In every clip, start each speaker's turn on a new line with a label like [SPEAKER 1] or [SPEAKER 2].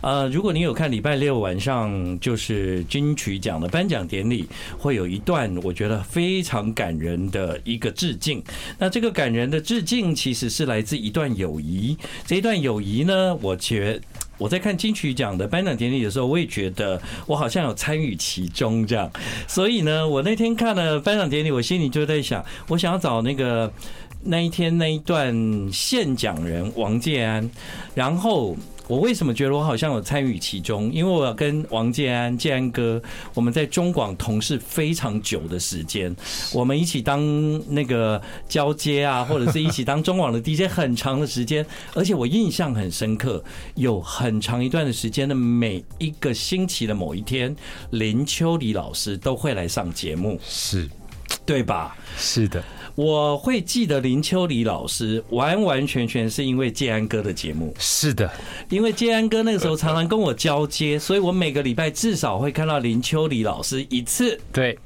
[SPEAKER 1] 呃，如果您有看礼拜六晚上就是金曲奖的颁奖典礼，会有一段我觉得非常感人的一个致敬。那这个感人的致敬其实是来自一段友谊，这一段友谊呢，我觉我在看金曲奖的颁奖典礼的时候，我也觉得我好像有参与其中这样。所以呢，我那天看了颁奖典礼，我心里就在想，我想要找那个那一天那一段现讲人王建安，然后。我为什么觉得我好像有参与其中？因为我跟王建安、建安哥，我们在中广同事非常久的时间，我们一起当那个交接啊，或者是一起当中广的 DJ 很长的时间，而且我印象很深刻，有很长一段的时间的每一个星期的某一天，林秋离老师都会来上节目，
[SPEAKER 2] 是
[SPEAKER 1] 对吧？
[SPEAKER 2] 是的，
[SPEAKER 1] 我会记得林秋离老师，完完全全是因为建安哥的节目。
[SPEAKER 2] 是的，
[SPEAKER 1] 因为建安哥那个时候常常跟我交接，所以我每个礼拜至少会看到林秋离老师一次。
[SPEAKER 2] 对，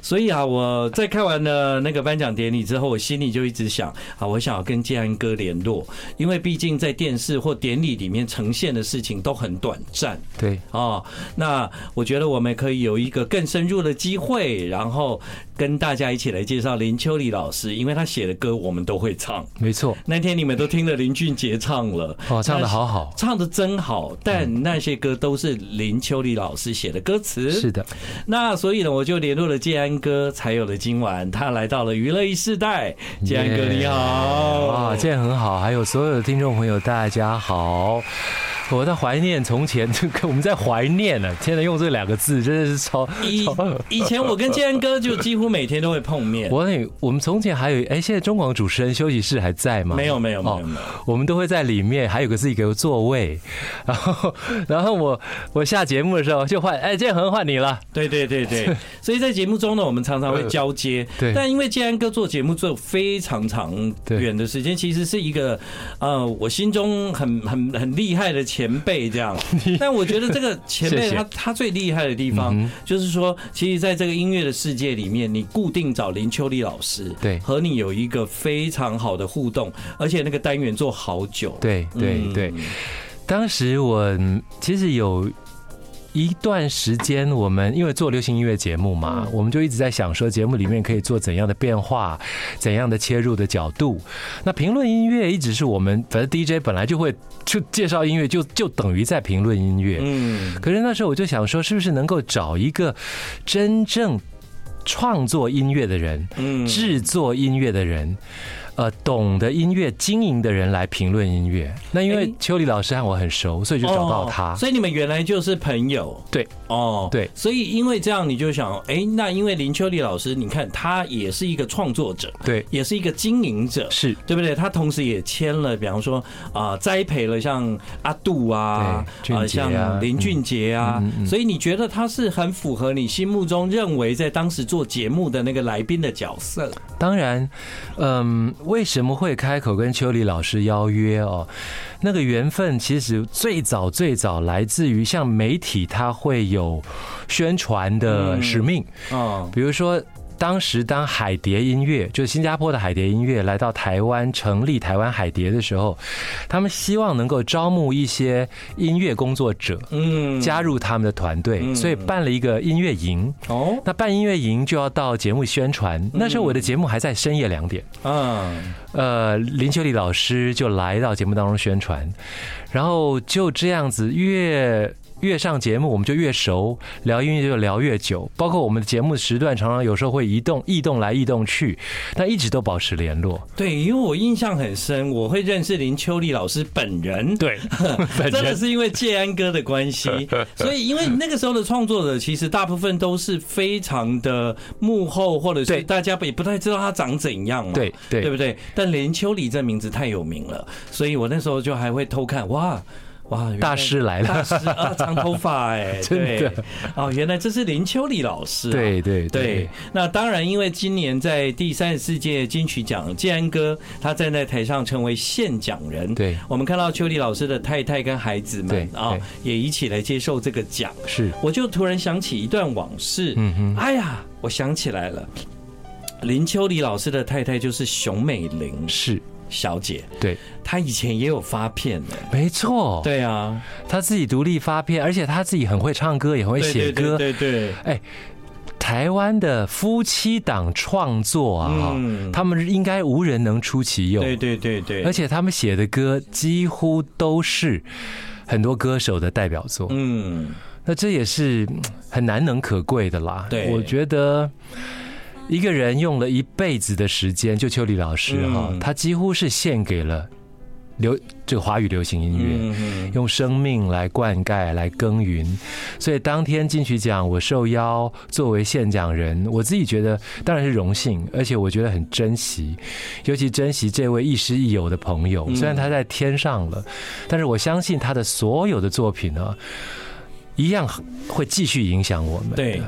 [SPEAKER 1] 所以啊，我在看完了那个颁奖典礼之后，我心里就一直想啊，我想要跟建安哥联络，因为毕竟在电视或典礼里面呈现的事情都很短暂。
[SPEAKER 2] 对，
[SPEAKER 1] 哦，那我觉得我们可以有一个更深入的机会，然后跟大家一起来介绍林秋离老师，因为他写的歌我们都会唱。
[SPEAKER 2] 没错，
[SPEAKER 1] 那天你们都听了林俊杰唱了，
[SPEAKER 2] 哦，唱的好好，
[SPEAKER 1] 唱的真好，但那些歌都是林秋离老师写的歌词。
[SPEAKER 2] 是的，
[SPEAKER 1] 那所以呢，我就联络了建安哥，才有了今晚。他来到了娱乐一世代，建安哥你好哦
[SPEAKER 2] 哇，，这样很好，还有所有的听众朋友，大家好。我在怀念从前， 这个我们在怀念呢、天哪，用这两个字真的是超
[SPEAKER 1] 以
[SPEAKER 2] 超。
[SPEAKER 1] 以前我跟建安哥就几乎每天都会碰面，
[SPEAKER 2] 我那我们从前还有哎，现在中广主持人休息室还在吗？
[SPEAKER 1] 没有没有没有
[SPEAKER 2] 哦
[SPEAKER 1] 没有。
[SPEAKER 2] 我们都会在里面，还有个自己个座位， 然后然后我我下节目的时候就换，哎，建恒换你了，
[SPEAKER 1] 对对对 对，所以在节目中呢，我们常常会交接。
[SPEAKER 2] 对
[SPEAKER 1] 但因为建安哥做节目做非常长
[SPEAKER 2] 对
[SPEAKER 1] 远的时间，其实是一个呃，我心中很很很厉害的前辈这 样。但我觉得这个前辈
[SPEAKER 2] 谢谢嗯
[SPEAKER 1] 他他最厉害的地方，就是说，其实在这个音乐的世界里面，你固定找林秋离老师，
[SPEAKER 2] 对
[SPEAKER 1] 和你有一个非常好的互动，而且那个单元做好久。
[SPEAKER 2] 对对
[SPEAKER 1] 嗯
[SPEAKER 2] 对，当时我嗯其实有。一段时间，我们因为做流行音乐节目嘛，我们就一直在想说，节目里面可以做怎样的变化，怎样的切入的角度。那评论音乐一直是我们，反正 DJ 本来就会就介绍音乐，就就等于在评论音乐。
[SPEAKER 1] 嗯，
[SPEAKER 2] 可是那时候我就想说，是不是能够找一个真正创作音乐的人、
[SPEAKER 1] 嗯
[SPEAKER 2] 制作音乐的人、呃，懂得音乐经营的人来评论音乐？那因为
[SPEAKER 1] 哎
[SPEAKER 2] 秋离老师和我很熟，所以就找到他。
[SPEAKER 1] 哦所以你们原来就是朋友，
[SPEAKER 2] 对，
[SPEAKER 1] 哦，
[SPEAKER 2] 对
[SPEAKER 1] 所以因为这样，你就想，哎、那因为林秋离老师，你看他也是一个创作者，
[SPEAKER 2] 对，
[SPEAKER 1] 也是一个经营者，
[SPEAKER 2] 是
[SPEAKER 1] 对不对？他同时也签了，比方说啊、栽培了像阿杜啊，
[SPEAKER 2] 对俊杰啊
[SPEAKER 1] 像林俊杰啊，
[SPEAKER 2] 嗯嗯嗯
[SPEAKER 1] 所以你觉得他是很符合你心目中认为在当时做节目的那个来宾的角色？
[SPEAKER 2] 当然，嗯，为什么会开口跟秋离老师邀约哦？那个缘分其实最早最早来自于像媒体，它会有宣传的
[SPEAKER 1] 嗯
[SPEAKER 2] 使命。
[SPEAKER 1] 哦，
[SPEAKER 2] 比如说，当时当海蝶音乐，就是新加坡的海蝶音乐来到台湾成立台湾海蝶的时候，他们希望能够招募一些音乐工作者
[SPEAKER 1] 嗯，
[SPEAKER 2] 加入他们的团队，
[SPEAKER 1] 嗯
[SPEAKER 2] 所以办了一个音乐营。
[SPEAKER 1] 哦，
[SPEAKER 2] 那办音乐营就要到节目宣传，那时候我的节目还在深夜两点。
[SPEAKER 1] 嗯，
[SPEAKER 2] 呃，林秋离老师就来到节目当中宣传，然后就这样子越。越上节目我们就越熟，聊音乐就聊越久，包括我们的节目时段常常有时候会移动、异动来、异动去，但一直都保持联络。
[SPEAKER 1] 对，因为我印象很深，我会认识林秋离老师本人，
[SPEAKER 2] 对，本
[SPEAKER 1] 真的
[SPEAKER 2] 人
[SPEAKER 1] 是因为建安哥的关 系，所以因为那个时候的创作者其实大部分都是非常的幕后，或者是
[SPEAKER 2] 对
[SPEAKER 1] 大家也不太知道他长怎样嘛，
[SPEAKER 2] 对对
[SPEAKER 1] 对不对？但连秋离这名字太有名了，所以我那时候就还会偷看，哇。哇，原来
[SPEAKER 2] 大师来了
[SPEAKER 1] 大师啊，长头发哎、
[SPEAKER 2] 真的
[SPEAKER 1] 对，哦，原来这是林秋离老师、啊，
[SPEAKER 2] 对
[SPEAKER 1] 对
[SPEAKER 2] 对对，
[SPEAKER 1] 那当然，因为今年在第三十四届金曲奖，建安哥他站在台上成为现奖人。
[SPEAKER 2] 对
[SPEAKER 1] 我们看到邱丽老师的太太跟孩子们
[SPEAKER 2] 对
[SPEAKER 1] 啊
[SPEAKER 2] 对，
[SPEAKER 1] 也一起来接受这个奖。
[SPEAKER 2] 是
[SPEAKER 1] 我就突然想起一段往事，
[SPEAKER 2] 嗯哼
[SPEAKER 1] 哎呀，我想起来了。林秋离老师的太太就是熊美玲，
[SPEAKER 2] 是
[SPEAKER 1] 小姐，
[SPEAKER 2] 对，
[SPEAKER 1] 她以前也有发片的。
[SPEAKER 2] 没错，
[SPEAKER 1] 对啊，
[SPEAKER 2] 他自己独立发片，而且他自己很会唱歌，也很会
[SPEAKER 1] 对
[SPEAKER 2] 写
[SPEAKER 1] 对
[SPEAKER 2] 歌。
[SPEAKER 1] 对对对，
[SPEAKER 2] 台湾的夫妻档创作啊，
[SPEAKER 1] 嗯
[SPEAKER 2] 他们应该无人能出其右，
[SPEAKER 1] 对对对对，
[SPEAKER 2] 而且他们写的歌几乎都是很多歌手的代表作。
[SPEAKER 1] 嗯，
[SPEAKER 2] 那这也是嗯很难能可贵的啦。
[SPEAKER 1] 对
[SPEAKER 2] 我觉得一个人用了一辈子的时间，就邱礼老师哈、
[SPEAKER 1] 嗯
[SPEAKER 2] 他几乎是献给了流这个华语流行音乐。
[SPEAKER 1] 嗯
[SPEAKER 2] 用生命来灌溉、来耕耘，所以当天金曲奖我受邀作为现奖人，我自己觉得当然是荣幸，而且我觉得很珍惜，尤其珍惜这位亦师亦友的朋友。
[SPEAKER 1] 嗯
[SPEAKER 2] 虽然他在天上了，但是我相信他的所有的作品呢、一样会继续影响我们。
[SPEAKER 1] 对，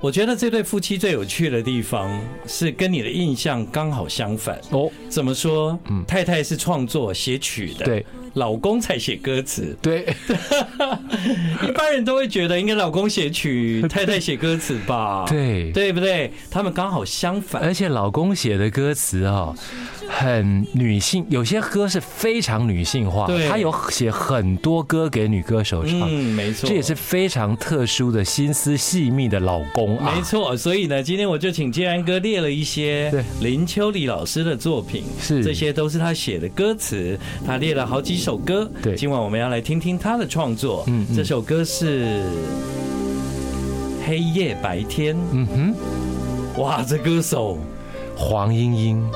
[SPEAKER 1] 我觉得这对夫妻最有趣的地方是跟你的印象刚好相反。
[SPEAKER 2] 哦，
[SPEAKER 1] 怎么说？
[SPEAKER 2] 嗯
[SPEAKER 1] 太太是创作写曲的，，
[SPEAKER 2] 对
[SPEAKER 1] 老公才写歌词。
[SPEAKER 2] 对，
[SPEAKER 1] 一般人都会觉得应该老公写 曲，太太写歌词吧？，
[SPEAKER 2] 对哎
[SPEAKER 1] 对不对？他们刚好相反。
[SPEAKER 2] 而且老公写的歌词哦，很女性，有些歌是非常女性化
[SPEAKER 1] 对，
[SPEAKER 2] 他有写很多歌给女歌手唱。
[SPEAKER 1] 嗯，没错，
[SPEAKER 2] 这也是非常特殊的心思细密的老公啊
[SPEAKER 1] 没！错，所以呢，今天我就请建安哥列了一些
[SPEAKER 2] 对
[SPEAKER 1] 林秋离老师的作品，
[SPEAKER 2] 是
[SPEAKER 1] 这些都是他写的歌词，他列了好几首歌。
[SPEAKER 2] 对
[SPEAKER 1] 今晚我们要来听听他的创作。
[SPEAKER 2] 嗯嗯
[SPEAKER 1] 这首歌是《黑夜白天》。
[SPEAKER 2] 嗯哼，
[SPEAKER 1] 哇，这歌手，
[SPEAKER 2] 黄莺莺，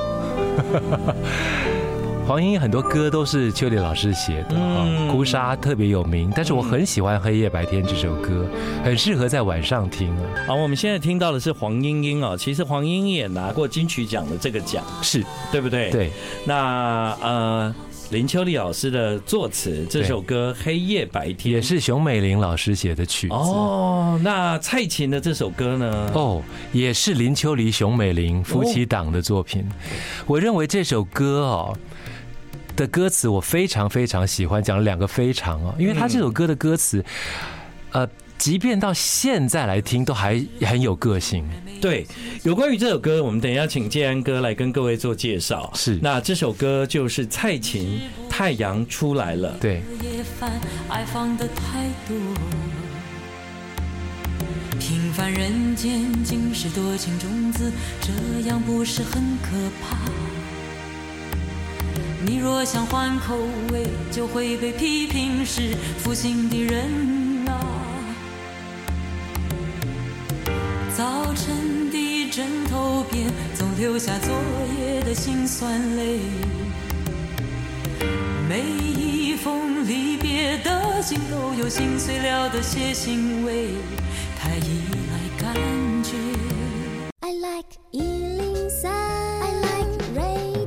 [SPEAKER 2] 黄莺莺很多歌都是秋丽老师写的啊，
[SPEAKER 1] 嗯
[SPEAKER 2] 哭砂》特别有名，但是我很喜欢《黑夜白天》这首歌，很适合在晚上听啊。
[SPEAKER 1] 好，我们现在听到的是黄莺莺哦。其实黄莺莺也拿过金曲奖的这个奖，
[SPEAKER 2] 是
[SPEAKER 1] 对不对？。
[SPEAKER 2] 对，
[SPEAKER 1] 那呃，林秋离老师的作词这首歌《黑夜白天》
[SPEAKER 2] 也是熊美玲老师写的曲子。
[SPEAKER 1] 哦，那蔡琴的这首歌呢？
[SPEAKER 2] 哦，也是林秋离、熊美玲夫妻档的作品。我认为这首歌哦的歌词我非常非常喜欢，讲了两个非常哦，因为他这首歌的歌词，呃，即便到现在来听都还很有个性。
[SPEAKER 1] 对，有关于这首歌，我们等一下请建安哥来跟各位做介绍。
[SPEAKER 2] 是
[SPEAKER 1] 那这首歌就是蔡琴《太阳出来了》。
[SPEAKER 2] 对，
[SPEAKER 3] 夜饭爱放的太多。平凡人间尽是多情种子，这样不是很可怕？你若想换口味，就会被批评是负心的人啊。早晨的枕头边，总留下昨夜的辛酸泪。每一封离别的信都有心碎了的些欣慰，太依赖感觉。
[SPEAKER 4] I like Ealing Sound. I like radio.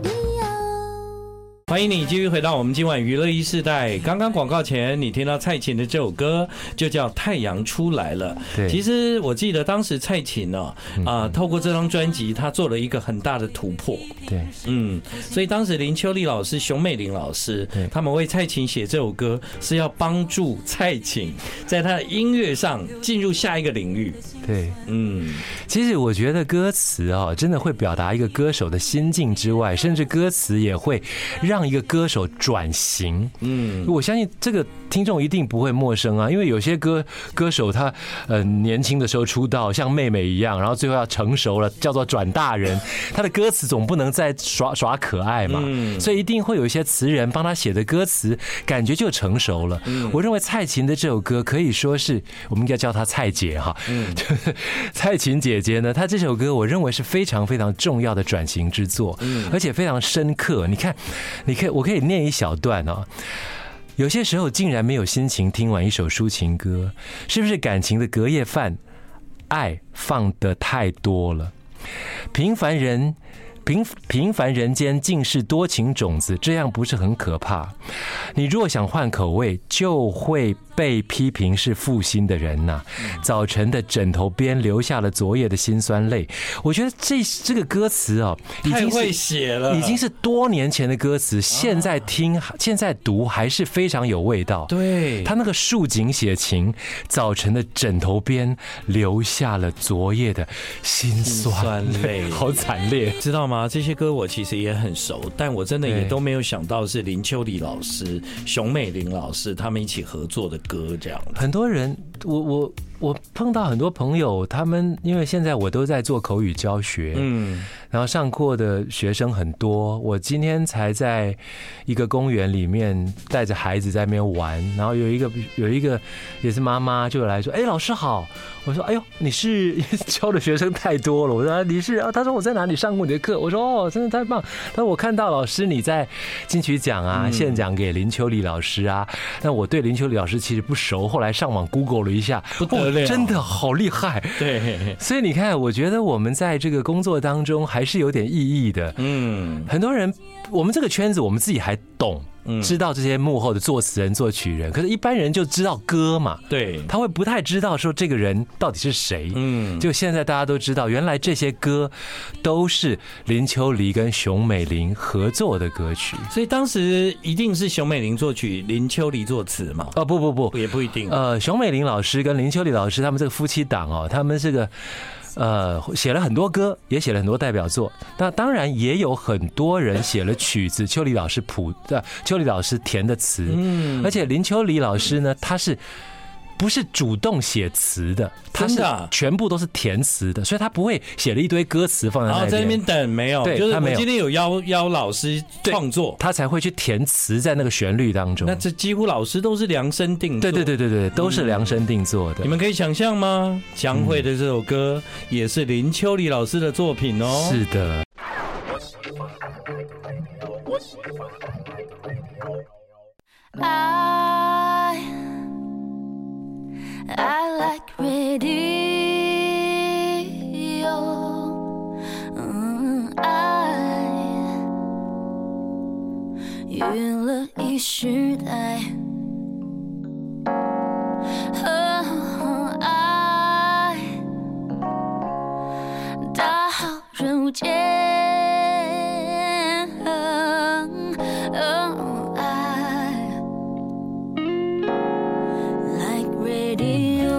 [SPEAKER 1] 欢迎你继续回到我们今晚娱乐一世代。刚刚广告前，你听到蔡琴的这首歌就叫《太阳出来了》。
[SPEAKER 2] 对嗯
[SPEAKER 1] 其实我记得当时蔡琴呢、啊、透过这张专辑，她做了一个很大的突破。
[SPEAKER 2] 对，
[SPEAKER 1] 嗯，所以当时林秋离老师、熊美玲老师
[SPEAKER 2] 对，
[SPEAKER 1] 他们为蔡琴写这首歌，是要帮助蔡琴在她的音乐上进入下一个领域。
[SPEAKER 2] 对。
[SPEAKER 1] 嗯，
[SPEAKER 2] 其实我觉得歌词哦，真的会表达一个歌手的心境之外，甚至歌词也会让一个歌手转型。嗯，我相信这个听众一定不会陌生啊，因为有些歌歌手他呃年轻的时候出道，像妹妹一样，然后最后要成熟了，叫做转大人，他的歌词总不能再耍耍可爱嘛，所以一定会有一些词人帮他写的歌词，感觉就成熟了。我认为蔡琴的这首歌可以说是我们应该叫她蔡姐哈， 蔡琴姐姐呢，她这首歌我认为是非常非常重要的转型之作，而且非常深刻。你看，你可以我可以念一小段啊、有些时候竟然没有心情听完一首抒情歌，是不是感情的隔夜饭，爱放的太多了？平凡人，平平凡人间尽是多情种子，这样不是很可怕？你若想换口味，就会被批评是负心的人呐、
[SPEAKER 1] 嗯
[SPEAKER 2] 早晨的枕头边留下了昨夜的辛酸泪。我觉得这这个歌词哦，已
[SPEAKER 1] 太
[SPEAKER 2] 经
[SPEAKER 1] 会
[SPEAKER 2] 是
[SPEAKER 1] 写了，
[SPEAKER 2] 已经是多年前的歌词，现在听、现在读还是非常有味道。
[SPEAKER 1] 对
[SPEAKER 2] 他那个竖井写情，早晨的枕头边留下了昨夜的辛酸
[SPEAKER 1] 嗯辛酸泪
[SPEAKER 2] 好惨烈。
[SPEAKER 1] 知道吗？这些歌我其实也很熟，但我真的也
[SPEAKER 2] 对
[SPEAKER 1] 都没有想到是林秋离老师、熊美玲老师他们一起合作的歌这样。
[SPEAKER 2] 很多人，我我我碰到很多朋友，他们因为现在我都在做口语教学，
[SPEAKER 1] 嗯，
[SPEAKER 2] 然后上过的学生很多。我今天才在一个公园里面带着孩子在那边玩，然后有一个有一个也是妈妈就来说：“哎，老师好。”我说：“哎呦，你是 教的学生太多了。”我说啊：“你是？”啊，他说：“我在哪里上过你的课？”我说：“哦，真的太棒！”他说：“我看到老师你在金曲奖啊，
[SPEAKER 1] 嗯
[SPEAKER 2] 现奖给林秋离老师啊。那我对林秋离老师其实不熟，后来上网 Google 了一下，
[SPEAKER 1] 不得了
[SPEAKER 2] 哦真的好厉害。”
[SPEAKER 1] 对，
[SPEAKER 2] 所以你看，我觉得我们在这个工作当中还是有点意义的。
[SPEAKER 1] 嗯，
[SPEAKER 2] 很多人，我们这个圈子，我们自己还懂，知道这些幕后的作词人、作曲人，可是一般人就知道歌嘛，
[SPEAKER 1] 对，
[SPEAKER 2] 他会不太知道说这个人到底是谁。
[SPEAKER 1] 嗯，
[SPEAKER 2] 就现在大家都知道，原来这些歌都是林秋离跟熊美玲合作的歌曲。
[SPEAKER 1] 所以当时一定是熊美玲作曲，林秋离作词嘛，
[SPEAKER 2] 哦，不不不，
[SPEAKER 1] 也不一定。
[SPEAKER 2] 呃，熊美玲老师跟林秋离老师他们这个夫妻档哦，他们这个呃写了很多歌，也写了很多代表作。那当然也有很多人写了曲子，秋离老师谱的，秋离老师填的词。
[SPEAKER 1] 嗯
[SPEAKER 2] 而且林秋离老师呢，他是。不是主动写词的，他
[SPEAKER 1] 真
[SPEAKER 2] 是
[SPEAKER 1] 的啊
[SPEAKER 2] 全部都是填词的，所以他不会写了一堆歌词放在
[SPEAKER 1] 然
[SPEAKER 2] 那
[SPEAKER 1] 后
[SPEAKER 2] 边，
[SPEAKER 1] 哦在那边等没有，
[SPEAKER 2] 对
[SPEAKER 1] 就是
[SPEAKER 2] 他没
[SPEAKER 1] 我
[SPEAKER 2] 有
[SPEAKER 1] 今天有邀邀老师
[SPEAKER 2] 对
[SPEAKER 1] 创作，
[SPEAKER 2] 他才会去填词在那个旋律当中
[SPEAKER 1] 那。这几乎老师都是量身定做。
[SPEAKER 2] 对对对对对，都是量身定做的。
[SPEAKER 1] 你们可以想象吗？
[SPEAKER 2] 嗯
[SPEAKER 1] 江蕙的这首歌也是林秋离老师的作品哦。
[SPEAKER 2] 是的。
[SPEAKER 4] I I like radio. Mm, I 娱乐一时代。Oh, I 大好人物间。Oh, I like radio.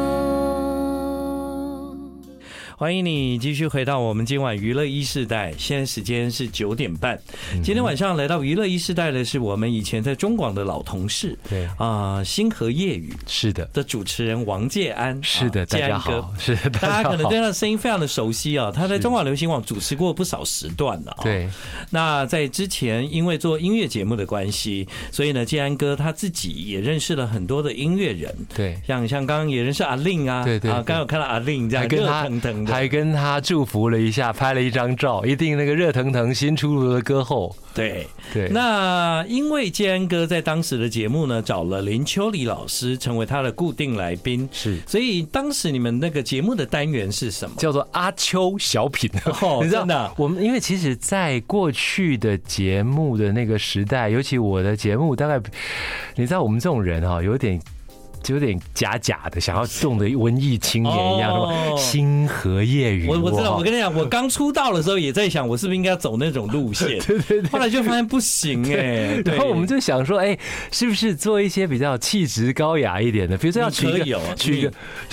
[SPEAKER 1] 欢迎你继续回到我们今晚娱乐一世代，现在时间是九点半。
[SPEAKER 2] 嗯
[SPEAKER 1] 今天晚上来到娱乐一世代的是我们以前在中广的老同事，
[SPEAKER 2] 对
[SPEAKER 1] 啊、星河夜雨
[SPEAKER 2] 是的，
[SPEAKER 1] 的主持人王介安，
[SPEAKER 2] 是的，
[SPEAKER 1] 啊
[SPEAKER 2] 大
[SPEAKER 1] 介
[SPEAKER 2] 家
[SPEAKER 1] 安哥
[SPEAKER 2] 好，。是的，
[SPEAKER 1] 大家
[SPEAKER 2] 大
[SPEAKER 1] 可
[SPEAKER 2] 家
[SPEAKER 1] 能
[SPEAKER 2] 好
[SPEAKER 1] 对。他的声音非常的熟悉啊，他在中广流行网主持过不少时段了、啊。
[SPEAKER 2] 对，
[SPEAKER 1] 那在之前，因为做音乐节目的关系，所以呢，建安哥他自己也认识了很多的音乐人，
[SPEAKER 2] 对
[SPEAKER 1] 像像刚刚也认识阿令啊，
[SPEAKER 2] 对对
[SPEAKER 1] 啊，
[SPEAKER 2] 对
[SPEAKER 1] 刚刚有看到阿令这样
[SPEAKER 2] 还跟
[SPEAKER 1] 热
[SPEAKER 2] 他
[SPEAKER 1] 腾腾的，
[SPEAKER 2] 还跟他祝福了一下，拍了一张照，一定那个热腾腾新出炉的歌后，
[SPEAKER 1] 对。
[SPEAKER 2] 对，
[SPEAKER 1] 那因为建安哥在当时的节目呢，找了林秋离老师成为他的固定来宾，
[SPEAKER 2] 是
[SPEAKER 1] 所以当时你们那个节目的单元是什么？
[SPEAKER 2] 叫做阿秋小品，
[SPEAKER 1] 哦
[SPEAKER 2] 你知道
[SPEAKER 1] 真的啊
[SPEAKER 2] 我们因为其实，在过去的节目的那个时代，尤其我的节目，大概你知道我们这种人哈、有点。有点假假的，想要弄得文艺青年一样，什
[SPEAKER 1] 哦
[SPEAKER 2] 么星河夜雨，
[SPEAKER 1] 我我知道，
[SPEAKER 2] 哇
[SPEAKER 1] 我跟你讲，我刚出道的时候也在想，我是不是应该走那种路线？ 对对后来就发现不行哎、对
[SPEAKER 2] 然后我们就想说，哎，是不是做一些比较气质高雅一点的？比如说要取一
[SPEAKER 1] 你可以哦
[SPEAKER 2] 个 取一个，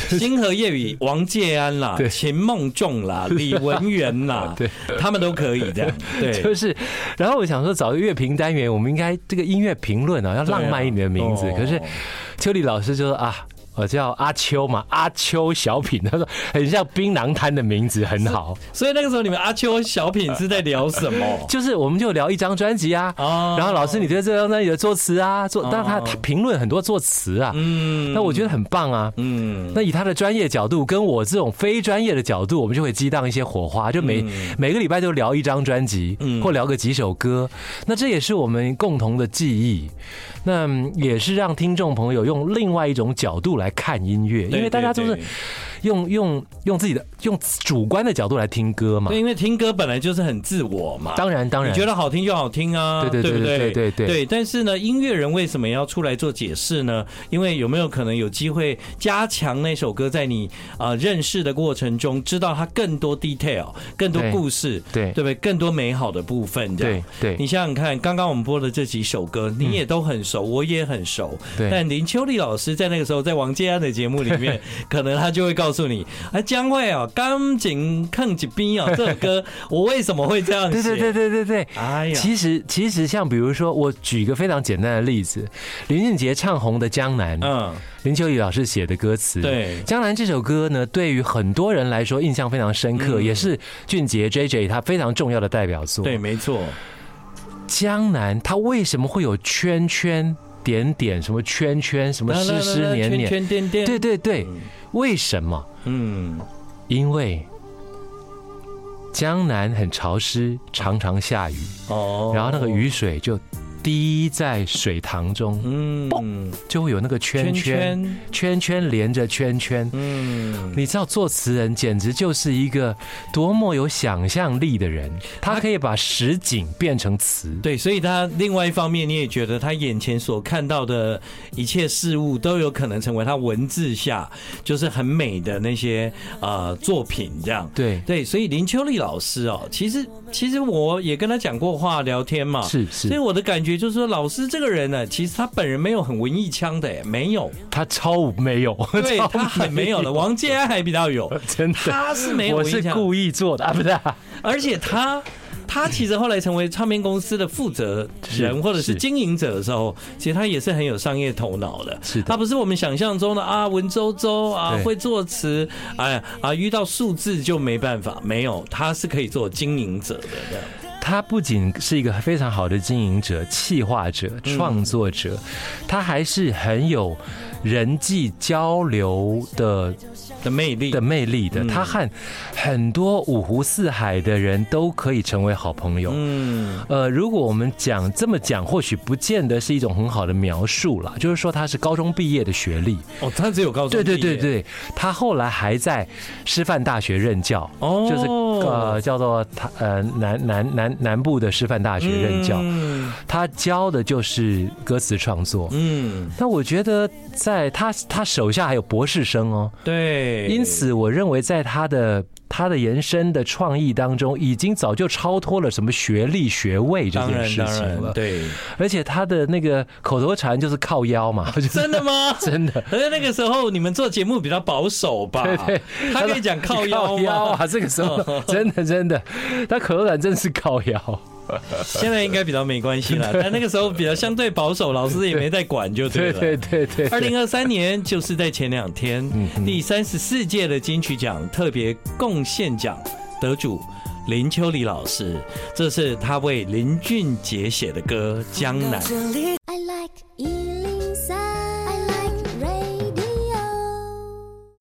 [SPEAKER 1] 星河夜雨、王介安啦、
[SPEAKER 2] 对
[SPEAKER 1] 秦梦仲啦、 李文源啦，
[SPEAKER 2] 对，
[SPEAKER 1] 他们都可以这样。
[SPEAKER 2] 就
[SPEAKER 1] 对，
[SPEAKER 2] 是，然后我想说找乐评单元，我们应该这个音乐评论啊，要浪漫一点的名字。
[SPEAKER 1] 对啊哦
[SPEAKER 2] 可是秋丽老师就说啊。我叫阿秋嘛，阿秋小品，他说很像槟榔摊的名字，很好。
[SPEAKER 1] 所以那个时候你们阿秋小品是在聊什么？
[SPEAKER 2] 就是我们就聊一张专辑啊，
[SPEAKER 1] 哦
[SPEAKER 2] 然后老师你对这张专辑的作词啊，作，但他他评论很多作词啊，
[SPEAKER 1] 嗯
[SPEAKER 2] 那我觉得很棒啊，
[SPEAKER 1] 嗯，
[SPEAKER 2] 那以他的专业角度跟我这种非专业的角度，我们就会激荡一些火花，就每、每个礼拜都聊一张专辑，或聊个几首歌。那这也是我们共同的记忆，那嗯也是让听众朋友用另外一种角度来来看音乐，因为大家都是
[SPEAKER 1] 对对
[SPEAKER 2] 用用用自己的用主观的角度来听歌嘛
[SPEAKER 1] 对，。因为听歌本来就是很自我嘛。
[SPEAKER 2] 当然，当然，
[SPEAKER 1] 你觉得好听就好听啊，
[SPEAKER 2] 对对对
[SPEAKER 1] 不
[SPEAKER 2] 对对对
[SPEAKER 1] 对但是呢，音乐人为什么要出来做解释呢？因为有没有可能有机会加强那首歌在你啊、呃认识的过程中，知道它更多 detail、更多
[SPEAKER 2] 对
[SPEAKER 1] 故事，
[SPEAKER 2] 对
[SPEAKER 1] 对不对？更多美好的部分，这样
[SPEAKER 2] 对。对
[SPEAKER 1] 你想想看，刚刚我们播的这几首歌，你也都很熟，我也很熟。
[SPEAKER 2] 嗯对
[SPEAKER 1] 但林秋离老师在那个时候，在王建安的节目里 面，可能他就会告诉你，啊，将会哦，钢琴看几兵哦，这首 歌我为什么会这样写？
[SPEAKER 2] 对对对对对对。
[SPEAKER 1] 哎呀，
[SPEAKER 2] 其实，其实像比如说，我举一个非常简单的例子，林俊杰唱红的《江南》，
[SPEAKER 1] 嗯，
[SPEAKER 2] 林秋离老师写的歌词。
[SPEAKER 1] 对
[SPEAKER 2] 《江南》这首歌呢，对于很多人来说印象非常深刻，
[SPEAKER 1] 嗯
[SPEAKER 2] 也是俊杰 J J 他非常重要的代表作。
[SPEAKER 1] 对，，没错，
[SPEAKER 2] 江南它为什么会有圈圈点点什么圈圈什么湿湿黏
[SPEAKER 1] 圈
[SPEAKER 2] 黏？
[SPEAKER 1] 圈点点，
[SPEAKER 2] 对，对对
[SPEAKER 1] 嗯，
[SPEAKER 2] 为什么？
[SPEAKER 1] 嗯，
[SPEAKER 2] 因为江南很潮湿，常常下雨，
[SPEAKER 1] 哦，
[SPEAKER 2] 然后那个，雨水就滴在水塘中，
[SPEAKER 1] 嗯，
[SPEAKER 2] 就会有那个
[SPEAKER 1] 圈
[SPEAKER 2] 圈圈
[SPEAKER 1] 圈，
[SPEAKER 2] 圈圈连着圈圈。
[SPEAKER 1] 嗯，
[SPEAKER 2] 你知道作词人简直就是一个多么有想象力的人，他可以把实景变成词。
[SPEAKER 1] 对，所以他另外一方面，你也觉得他眼前所看到的一切事物都有可能成为他文字下就是很美的那些呃作品，这样。
[SPEAKER 2] 对，
[SPEAKER 1] 对，所以林秋丽老师哦，其实其实我也跟他讲过话聊天嘛，
[SPEAKER 2] 是
[SPEAKER 1] 所以
[SPEAKER 2] 是，
[SPEAKER 1] 我的感觉就是说，老师这个人呢，其实他本人没有很文艺腔的，哎没 有，
[SPEAKER 2] 他超没有，
[SPEAKER 1] 对
[SPEAKER 2] 超
[SPEAKER 1] 他很没 有的。王建安还比较有，
[SPEAKER 2] 真的，
[SPEAKER 1] 他是没有
[SPEAKER 2] 我
[SPEAKER 1] 文
[SPEAKER 2] 是
[SPEAKER 1] 艺腔，
[SPEAKER 2] 故意做的啊，不是啊、
[SPEAKER 1] 而且他。他其实后来成为唱片公司的负责人
[SPEAKER 2] 是
[SPEAKER 1] 或者是
[SPEAKER 2] 是
[SPEAKER 1] 经营者的时候，其实他也是很有商业头脑的。
[SPEAKER 2] 是的
[SPEAKER 1] 他不是我们想象中的啊，文绉绉啊，
[SPEAKER 2] 对
[SPEAKER 1] 会作词，哎呀啊，遇到数字就没办法。没有，他是可以做经营者的这样。
[SPEAKER 2] 他不仅是一个非常好的经营者、企划者、创作者，
[SPEAKER 1] 嗯
[SPEAKER 2] 他还是很有人际交流的
[SPEAKER 1] 的魅力
[SPEAKER 2] 的。魅力
[SPEAKER 1] 嗯
[SPEAKER 2] 的。他和很多五湖四海的人都可以成为好朋友。
[SPEAKER 1] 嗯，
[SPEAKER 2] 呃，如果我们讲这么讲，或许不见得是一种很好的描述啦。就是说，他是高中毕业的学历，
[SPEAKER 1] 哦，他只有告诉
[SPEAKER 2] 对对
[SPEAKER 1] 你耶
[SPEAKER 2] 对，对，他后来还在师范大学任教，
[SPEAKER 1] 哦，
[SPEAKER 2] 就是呃叫做他呃南南南南部的师范大学任教，
[SPEAKER 1] 嗯
[SPEAKER 2] 他教的就是歌词创作。
[SPEAKER 1] 嗯，
[SPEAKER 2] 那我觉得，在他他手下还有博士生哦，
[SPEAKER 1] 对，
[SPEAKER 2] 因此我认为在他的他的延伸的创意当中，已经早就超脱了什么学历学位这
[SPEAKER 1] 当
[SPEAKER 2] 件
[SPEAKER 1] 然
[SPEAKER 2] 事
[SPEAKER 1] 当
[SPEAKER 2] 情
[SPEAKER 1] 然
[SPEAKER 2] 了。
[SPEAKER 1] 对，
[SPEAKER 2] 而且他的那个口头禅就是靠腰嘛， 就是
[SPEAKER 1] 真的吗？
[SPEAKER 2] 真的
[SPEAKER 1] 可 是那个时候你们做节目比较保守吧？
[SPEAKER 2] 对对，
[SPEAKER 1] 他可以讲靠腰
[SPEAKER 2] 靠腰
[SPEAKER 1] 吗？
[SPEAKER 2] 啊，这个 时候真的真的，他口头禅真的是靠腰。
[SPEAKER 1] 现在应该比较没关系 了，但那个时候比较相对保守，老师也没在管就对
[SPEAKER 2] 对
[SPEAKER 1] 了。
[SPEAKER 2] 对对对，嗯
[SPEAKER 1] 二零二三年就是在前两天，第三十四届的金曲奖特别贡献奖得主林秋离老师，这是他为林俊杰写的歌《江南》。
[SPEAKER 4] I like Ealing Sound. I like radio.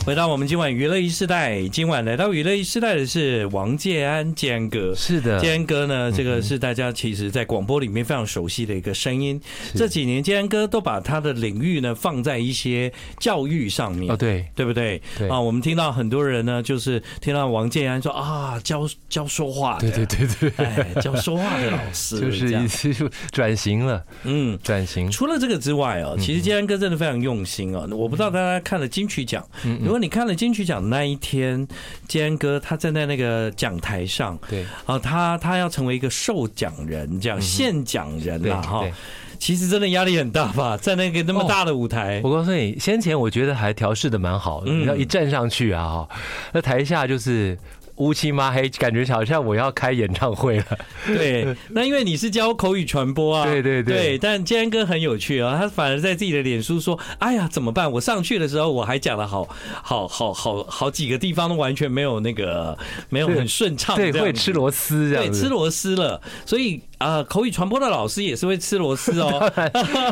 [SPEAKER 1] 回到我们今晚娱乐一世代，今晚来到娱乐一世代的是王建安建哥。
[SPEAKER 2] 是的，
[SPEAKER 1] 建安哥呢，这个是大家其实在广播里面非常熟悉的一个声音。这几年建安哥都把他的领域呢放在一些教育上面。
[SPEAKER 2] 哦对
[SPEAKER 1] 对不对？
[SPEAKER 2] 对
[SPEAKER 1] 啊，我们听到很多人呢，就是听到王建安说啊，教教说话的，
[SPEAKER 2] 对对对对，
[SPEAKER 1] 哎，教说话的老师，
[SPEAKER 2] 就
[SPEAKER 1] 这
[SPEAKER 2] 是
[SPEAKER 1] 样
[SPEAKER 2] 一次就 转型了，
[SPEAKER 1] 嗯。
[SPEAKER 2] 转型。
[SPEAKER 1] 除了这个之外
[SPEAKER 2] 嗯
[SPEAKER 1] 哦，其实建安哥真的非常用心哦。我不知道大家看了金曲奖，
[SPEAKER 2] 嗯
[SPEAKER 1] 如果你看了金曲奖那一天，建安哥他站在那个讲台上，
[SPEAKER 2] 对
[SPEAKER 1] 啊，他他要成为一个受奖人，这样现奖人
[SPEAKER 2] 嗯对
[SPEAKER 1] 啦哈
[SPEAKER 2] 对。
[SPEAKER 1] 其实真的压力很大吧， 在那个那么大的舞台
[SPEAKER 2] 我，告诉你，先前我觉得还调试的蛮好的，
[SPEAKER 1] 嗯
[SPEAKER 2] 你知道一站上去啊，哈，那台下就是乌漆嘛黑，感觉好像我要开演唱会了。
[SPEAKER 1] 对，那因为你是教口语传播啊，
[SPEAKER 2] 对对对
[SPEAKER 1] 对。但建安哥很有趣啊，他反而在自己的脸书说：“哎呀，怎么办？我上去的时候我还讲了好好好好好几个地方都完全没有那个没有很顺畅，
[SPEAKER 2] 对，
[SPEAKER 1] 啊这样
[SPEAKER 2] 会
[SPEAKER 1] 子
[SPEAKER 2] 吃螺丝这
[SPEAKER 1] 对
[SPEAKER 2] 样
[SPEAKER 1] 吃
[SPEAKER 2] 子。
[SPEAKER 1] 螺丝了。所以啊、呃口语传播的老师也是会吃螺丝 哦。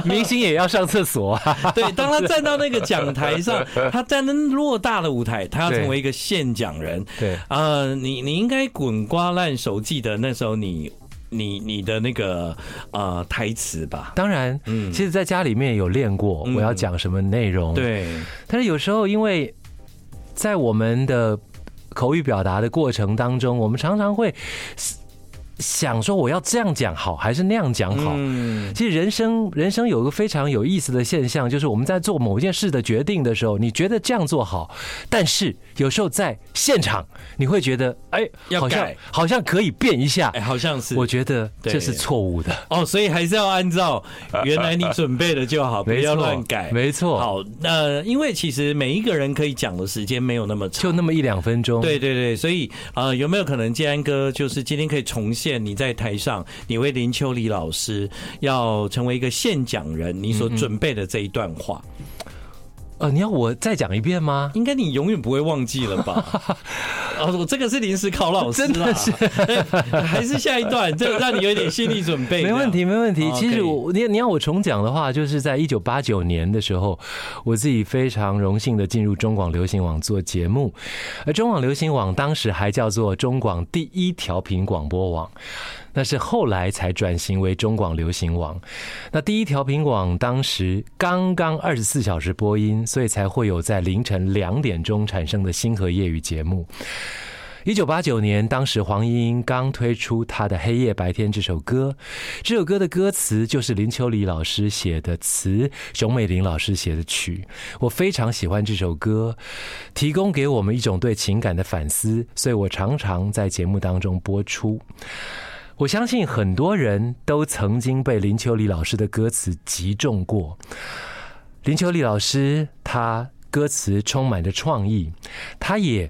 [SPEAKER 2] 明星也要上厕所啊！
[SPEAKER 1] 对，当他站到那个讲台 上，他站在偌大的舞台，他要成为一个现讲人。
[SPEAKER 2] 对
[SPEAKER 1] 啊、你你应该滚瓜烂熟，记得那时候你。你你的那个呃台词吧？
[SPEAKER 2] 当然，
[SPEAKER 1] 嗯
[SPEAKER 2] 其实在家里面有练过，
[SPEAKER 1] 嗯
[SPEAKER 2] 我要讲什么内容。，
[SPEAKER 1] 对，
[SPEAKER 2] 但是有时候因为在我们的口语表达的过程当中，我们常常会想说我要这样讲好，还是那样讲好。
[SPEAKER 1] 嗯，
[SPEAKER 2] 其实人生，人生有一个非常有意思的现象，就是我们在做某一件事的决定的时候，你觉得这样做好，但是有时候在现场，你会觉得，哎，
[SPEAKER 1] 要
[SPEAKER 2] 好像
[SPEAKER 1] 改
[SPEAKER 2] 好像可以变一下
[SPEAKER 1] 哎，。好像是
[SPEAKER 2] 我觉得
[SPEAKER 1] 对
[SPEAKER 2] 这是错误的。
[SPEAKER 1] 哦，所以还是要按照 原来你准备的就好，不
[SPEAKER 2] 没
[SPEAKER 1] 要
[SPEAKER 2] 错
[SPEAKER 1] 乱改。
[SPEAKER 2] 没错
[SPEAKER 1] 好，那因为其实每一个人可以讲的时间没有那么
[SPEAKER 2] 就
[SPEAKER 1] 长。
[SPEAKER 2] 那么一两分钟。
[SPEAKER 1] 对对对，所以呃，有没有可能建安哥就是今天可以重现你在台上，你为林秋离老师要成为一个现讲人，你所准备的这一段话，
[SPEAKER 2] 呃，你要我再讲一遍吗？
[SPEAKER 1] 嗯应该你永远不会忘记了 吧？哦，我这个是临时考老师啦，
[SPEAKER 2] 真 的是
[SPEAKER 1] 还是下一段，这让你有一点心理准备。
[SPEAKER 2] 没问题，没问题。
[SPEAKER 1] 哦
[SPEAKER 2] 其
[SPEAKER 1] 可以
[SPEAKER 2] 实我你你要我重讲的话，就是在一九八九年的时候，我自己非常荣幸的进入中广流行网做节目，而中广流行网当时还叫做中广第一调频广播网。那是后来才转型为中广流行网。那第一调频广当时刚刚二十四小时播音，所以才会有在凌晨两点钟产生的星河夜雨节目。一九八九年，当时黄莺莺刚推出她的《黑夜白天》这首歌，这首歌的歌词就是林秋离老师写的词，熊美玲老师写的曲。我非常喜欢这首歌，提供给我们一种对情感的反思，所以我常常在节目当中播出。我相信很多人都曾经被林秋离老师的歌词击中过。林秋离老师，他歌词充满着创意，他也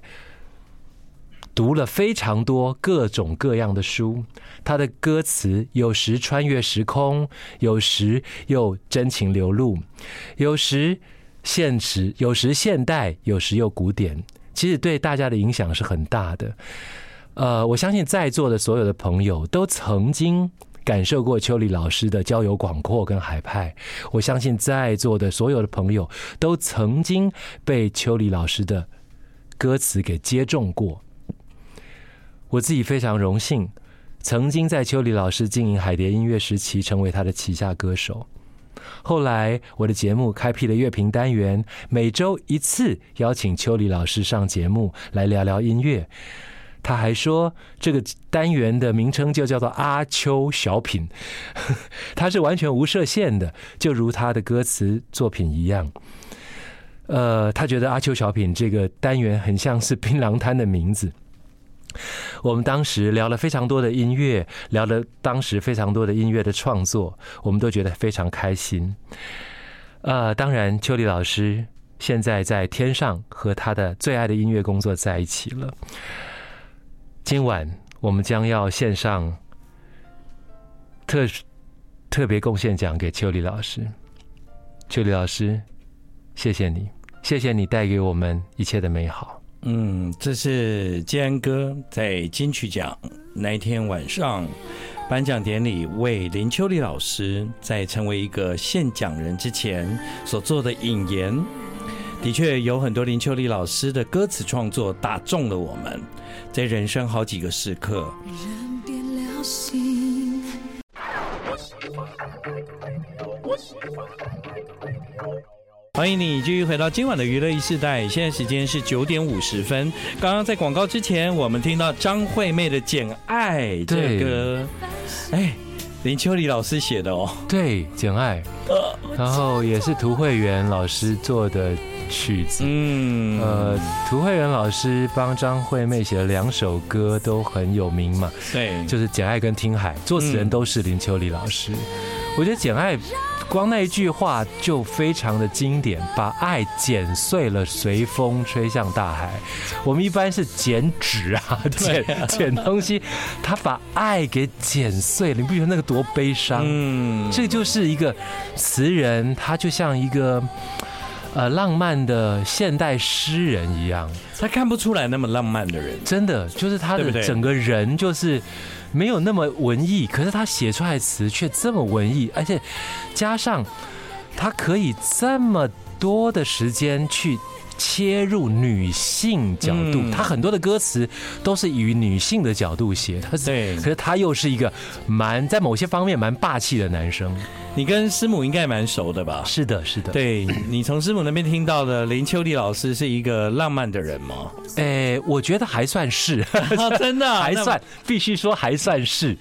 [SPEAKER 2] 读了非常多各种各样的书，他的歌词有时穿越时空，有时又真情流露，有时现实，有时现代，有时又古典。其实对大家的影响是很大的。呃，我相信在座的所有的朋友都曾经感受过秋丽老师的交友广阔跟海派。我相信在座的所有的朋友都曾经被秋丽老师的歌词给接中过。我自己非常荣幸，曾经在秋丽老师经营海蝶音乐时期成为他的旗下歌手。后来，我的节目开辟了乐评单元，每周一次邀请秋丽老师上节目来聊聊音乐。他还说，这个单元的名称就叫做阿秋小品， 它是完全无设限的，就如他的歌词作品一样。呃，他觉得阿秋小品这个单元很像是槟榔摊的名字。我们当时聊了非常多的音乐，聊了当时非常多的音乐的创作，我们都觉得非常开心。呃，当然，秋丽老师现在在天上和他的最爱的音乐工作在一起了。今晚我们将要献上特特别贡献奖给秋丽老师。秋丽老师，谢谢你，谢谢你带给我们一切的美好。
[SPEAKER 1] 嗯，这是建安哥在金曲奖那一天晚上颁奖典礼为林秋离老师在成为一个现讲人之前所做的引言。的确有很多林秋离老师的歌词创作打中了我们，在人生好几个时刻。
[SPEAKER 3] 人变了心。
[SPEAKER 1] 欢迎你继续回到今晚的娱乐一世代，现在时间是九点五十分。刚刚在广告之前，我们听到张惠妹的《简爱》这
[SPEAKER 2] 对
[SPEAKER 1] 个歌，哎，林秋离老师写的哦。
[SPEAKER 2] 对，《简爱》，然后也是涂慧源老师做的曲子。
[SPEAKER 1] 嗯，
[SPEAKER 2] 呃，涂慧源老师帮张惠妹写了两首歌，都很有名嘛。
[SPEAKER 1] 对，
[SPEAKER 2] 就是《简爱》跟《听海》，作词人都是林秋离老师。我觉得《简爱》光那一句话就非常的经典，把爱剪碎了，随风吹向大海。我们一般是剪纸啊，剪剪东西，他把爱给剪碎了，你不觉得那个多悲伤？
[SPEAKER 1] 嗯，
[SPEAKER 2] 这就是一个词人，他就像一个呃浪漫的现代诗人一样。
[SPEAKER 1] 他看不出来那么浪漫的人，
[SPEAKER 2] 真的就是他
[SPEAKER 1] 对不
[SPEAKER 2] 的
[SPEAKER 1] 对
[SPEAKER 2] 整个人就是没有那么文艺，可是他写出来的词却这么文艺，而且加上他可以这么多的时间去切入女性角度，
[SPEAKER 1] 嗯
[SPEAKER 2] 他很多的歌词都是以女性的角度写，他是，
[SPEAKER 1] 对
[SPEAKER 2] 可是他又是一个蛮在某些方面蛮霸气的男生。
[SPEAKER 1] 你跟师母应该蛮熟的吧？
[SPEAKER 2] 是的，是的，，
[SPEAKER 1] 对你从师母那边听到的林秋离老师是一个浪漫的人吗？
[SPEAKER 2] 哎，我觉得还算是。
[SPEAKER 1] 啊，真 的啊
[SPEAKER 2] 还
[SPEAKER 1] 那
[SPEAKER 2] 算，必须说还算是，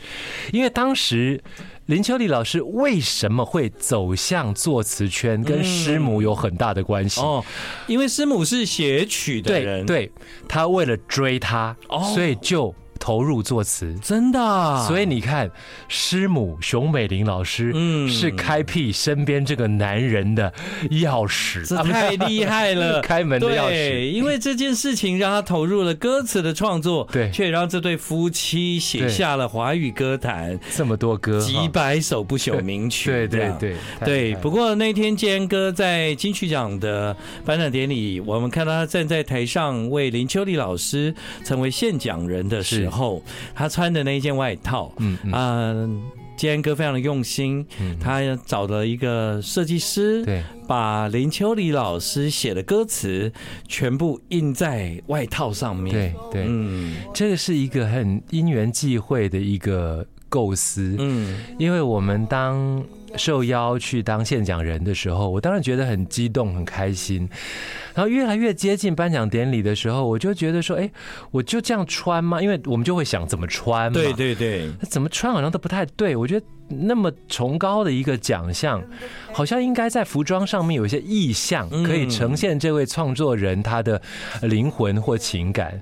[SPEAKER 2] 因为当时林秋离老师为什么会走向作词圈，跟师母有很大的关系。
[SPEAKER 1] 哦，因为师母是写曲的
[SPEAKER 2] 对
[SPEAKER 1] 人，，
[SPEAKER 2] 对，他为了追她，
[SPEAKER 1] 哦
[SPEAKER 2] 所以就投入作词。
[SPEAKER 1] 真的啊，
[SPEAKER 2] 所以你看，师母熊美玲老师，
[SPEAKER 1] 嗯
[SPEAKER 2] 是开辟身边这个男人的钥匙，
[SPEAKER 1] 这太厉害 了，
[SPEAKER 2] 开门的钥匙。
[SPEAKER 1] 对，因为这件事情让他投入了歌词的创作，
[SPEAKER 2] 对
[SPEAKER 1] 却让这对夫妻写
[SPEAKER 2] 对
[SPEAKER 1] 下了华语歌坛
[SPEAKER 2] 这么多歌，
[SPEAKER 1] 几
[SPEAKER 2] 哈
[SPEAKER 1] 百首不朽名曲。
[SPEAKER 2] 对
[SPEAKER 1] 这
[SPEAKER 2] 对
[SPEAKER 1] 样
[SPEAKER 2] 对太厉
[SPEAKER 1] 对，
[SPEAKER 2] 害
[SPEAKER 1] 不过那天坚哥在金曲奖的颁奖典礼，我们看到他站在台上为林秋离老师成为现奖人的时候，他穿的那一件外套，
[SPEAKER 2] 嗯嗯，
[SPEAKER 1] 嗯，坚哥非常的用心，
[SPEAKER 2] 嗯
[SPEAKER 1] 他找了一个设计师，
[SPEAKER 2] 对，
[SPEAKER 1] 把林秋离老师写的歌词全部印在外套上面。
[SPEAKER 2] 对对，
[SPEAKER 1] 嗯
[SPEAKER 2] 这个是一个很因缘际会的一个构思，
[SPEAKER 1] 嗯，
[SPEAKER 2] 因为我们当受邀去当现讲人的时候，我当然觉得很激动、很开心。然后越来越接近颁奖典礼的时候，我就觉得说，哎，我就这样穿吗？因为我们就会想怎么穿嘛，
[SPEAKER 1] 对对对，
[SPEAKER 2] 那怎么穿好像都不太对。我觉得那么崇高的一个奖项，好像应该在服装上面有一些意象，
[SPEAKER 1] 嗯
[SPEAKER 2] 可以呈现这位创作人他的呃灵魂或情感。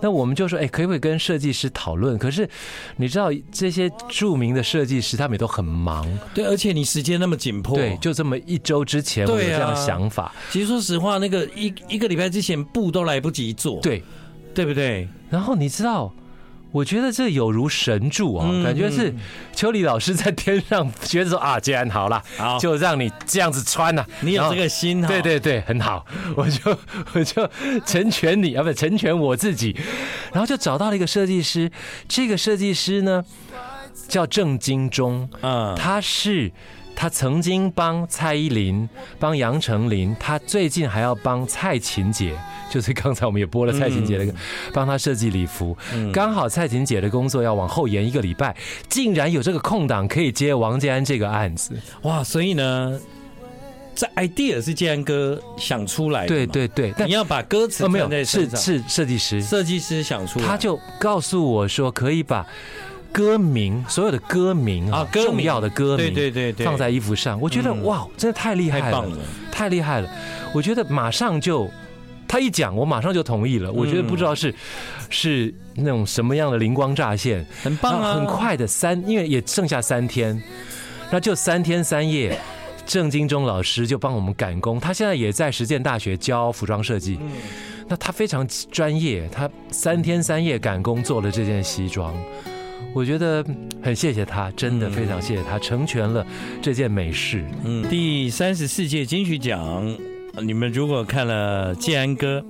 [SPEAKER 2] 那我们就说，哎，可不可以跟设计师讨论？可是你知道这些著名的设计师他们也都很忙，
[SPEAKER 1] 对，而且你时间那么紧迫，
[SPEAKER 2] 对，就这么一周之前我有
[SPEAKER 1] 对啊
[SPEAKER 2] 这样想法，
[SPEAKER 1] 其实说实话，那个一一个礼拜之前布都来不及做，
[SPEAKER 2] 对。
[SPEAKER 1] 对不对？
[SPEAKER 2] 然后你知道，我觉得这有如神助啊、
[SPEAKER 1] 嗯
[SPEAKER 2] 感觉是秋里老师在天上觉得说啊，既然好了，
[SPEAKER 1] 好
[SPEAKER 2] 就让你这样子穿呐、
[SPEAKER 1] 你有这个
[SPEAKER 2] 然后。
[SPEAKER 1] 心哈，
[SPEAKER 2] 哦
[SPEAKER 1] 啊
[SPEAKER 2] 对对对，很好， 我就我就成全你啊，不成全我自己，然后就找到了一个设计师，这个设计师呢叫郑金忠，
[SPEAKER 1] 嗯，
[SPEAKER 2] 他是他曾经帮蔡依林、帮杨丞琳，他最近还要帮蔡琴姐，就是刚才我们也播了蔡琴姐
[SPEAKER 1] 嗯
[SPEAKER 2] 的歌，帮她设计礼服。刚好蔡琴姐的工作要往后延一个礼拜，竟然有这个空档可以接王建安这个案
[SPEAKER 1] 哎
[SPEAKER 2] 子。
[SPEAKER 1] 哇，所以呢，这 idea 是建安哥想出来的，
[SPEAKER 2] 对。对对，但
[SPEAKER 1] 你要把歌词
[SPEAKER 2] 呃没
[SPEAKER 1] 放
[SPEAKER 2] 有
[SPEAKER 1] 在
[SPEAKER 2] 是
[SPEAKER 1] 身上，啊
[SPEAKER 2] 是设计师，
[SPEAKER 1] 设计师想出来，
[SPEAKER 2] 他就告诉我说可以把。歌名，所有的歌名
[SPEAKER 1] 啊歌名
[SPEAKER 2] 重要的歌名，
[SPEAKER 1] 对对对对
[SPEAKER 2] 放在衣服上。我觉得、
[SPEAKER 1] 嗯
[SPEAKER 2] 哇，真的太厉害
[SPEAKER 1] 太
[SPEAKER 2] 了，
[SPEAKER 1] 棒了，
[SPEAKER 2] 太厉害了！我觉得马上就他一讲，我马上就同意
[SPEAKER 1] 嗯
[SPEAKER 2] 了。我觉得不知道是是那种什么样的灵光乍现，
[SPEAKER 1] 很棒
[SPEAKER 2] 然
[SPEAKER 1] 啊，
[SPEAKER 2] 后很快的三，因为也剩下三天，那就三天三夜。郑金忠老师就帮我们赶工，他现在也在实践大学教服装设计。
[SPEAKER 1] 嗯
[SPEAKER 2] 那他非常专业，他三天三夜赶工做了这件西装，我觉得嗯很谢谢他，真的
[SPEAKER 1] 嗯
[SPEAKER 2] 非常谢谢他，成全了这件美事。
[SPEAKER 1] 嗯，第三十四届金曲奖，你们如果看了建安哥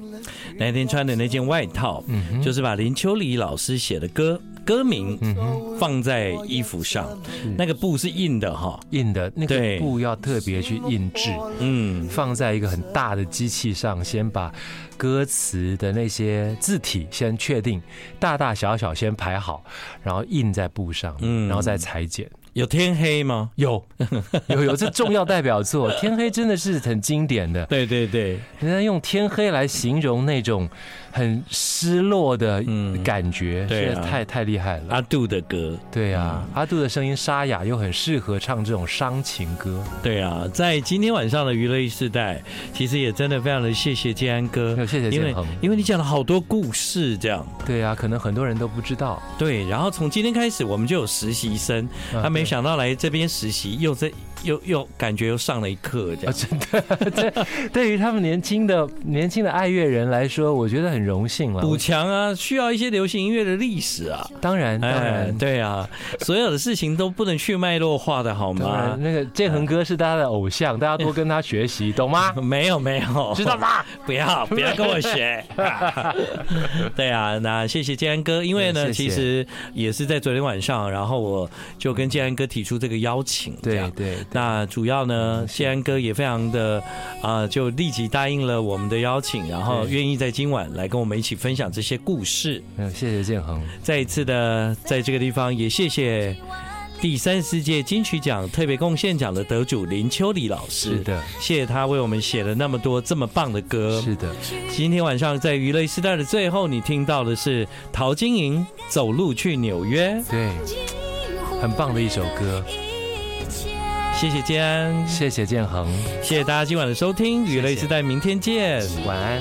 [SPEAKER 1] 那天穿的那件外套，
[SPEAKER 2] 嗯哼，
[SPEAKER 1] 就是把林秋离老师写的歌歌名
[SPEAKER 2] 嗯哼。嗯
[SPEAKER 1] 放在衣服上，那个布是硬的哈，
[SPEAKER 2] 印的那
[SPEAKER 1] 对
[SPEAKER 2] 个布要特别去印制，
[SPEAKER 1] 嗯，
[SPEAKER 2] 放在一个很大的机器上，先把歌词的那些字体先确定，大大小小先排好，然后印在布上，
[SPEAKER 1] 嗯
[SPEAKER 2] 然后再裁剪。
[SPEAKER 1] 有天黑吗？
[SPEAKER 2] 有 有有，这重要代表作《天黑》真的是很经典的，
[SPEAKER 1] 对对对，
[SPEAKER 2] 人家用“天黑”来形容那种很失落的
[SPEAKER 1] 嗯
[SPEAKER 2] 感觉，
[SPEAKER 1] 对啊嗯
[SPEAKER 2] 实在太太厉害了。
[SPEAKER 1] 阿杜的歌，
[SPEAKER 2] 对啊，阿杜的声音沙哑，又很适合唱这种伤情歌。
[SPEAKER 1] 对啊，在今天晚上的娱乐一世代，其实也真的非常的谢谢建安哥，
[SPEAKER 2] 谢谢
[SPEAKER 1] 因
[SPEAKER 2] 建
[SPEAKER 1] 为
[SPEAKER 2] 恒
[SPEAKER 1] 因为你讲了好多故事，这样
[SPEAKER 2] 对啊，可能很多人都不知道。
[SPEAKER 1] 对，然后从今天开始我们就有实习生，
[SPEAKER 2] 啊
[SPEAKER 1] 他没
[SPEAKER 2] 对
[SPEAKER 1] 想到来这边实习，又在又又感觉又上了一课，这
[SPEAKER 2] 啊，
[SPEAKER 1] 样。
[SPEAKER 2] 真的，对，对于他们年轻的年轻的爱乐人来说，我觉得很荣幸了。
[SPEAKER 1] 补强啊，需要一些流行音乐的历史啊，
[SPEAKER 2] 当然，当
[SPEAKER 1] 哎
[SPEAKER 2] 然，，
[SPEAKER 1] 对啊，所有的事情都不能去脉络化的好
[SPEAKER 2] 当
[SPEAKER 1] 吗
[SPEAKER 2] 然，？那个建恒哥是大家的偶像，大家多跟他学习，懂吗？
[SPEAKER 1] 没有没有，
[SPEAKER 2] 知道吗？
[SPEAKER 1] 不要不要跟我 学。对啊，那谢谢建安哥，因为呢，
[SPEAKER 2] 嗯谢谢
[SPEAKER 1] 其实也是在昨天晚上，然后我就跟建安哥提出这个邀请，这
[SPEAKER 2] 对嗯
[SPEAKER 1] 样
[SPEAKER 2] 对
[SPEAKER 1] 那主要呢，谢安哥也非常的啊、就立即答应了我们的邀请，然后
[SPEAKER 2] 对
[SPEAKER 1] 愿意在今晚来跟我们一起分享这些故事。
[SPEAKER 2] 没有，嗯谢谢建恒，
[SPEAKER 1] 再一次的在这个地方也谢谢第三十四届金曲奖特别贡献奖的得主林秋离老师，
[SPEAKER 2] 是的，
[SPEAKER 1] 谢谢他为我们写了那么多这么棒的歌。
[SPEAKER 2] 是的，
[SPEAKER 1] 今天晚上在娱乐时代的最后，你听到的是陶晶莹《走路去纽约》，
[SPEAKER 2] 对，很棒的一首歌，
[SPEAKER 1] 谢谢建安，
[SPEAKER 2] 谢谢建恒，
[SPEAKER 1] 谢谢大家今晚的收听，娱乐时代明天见。
[SPEAKER 2] 嗯晚安。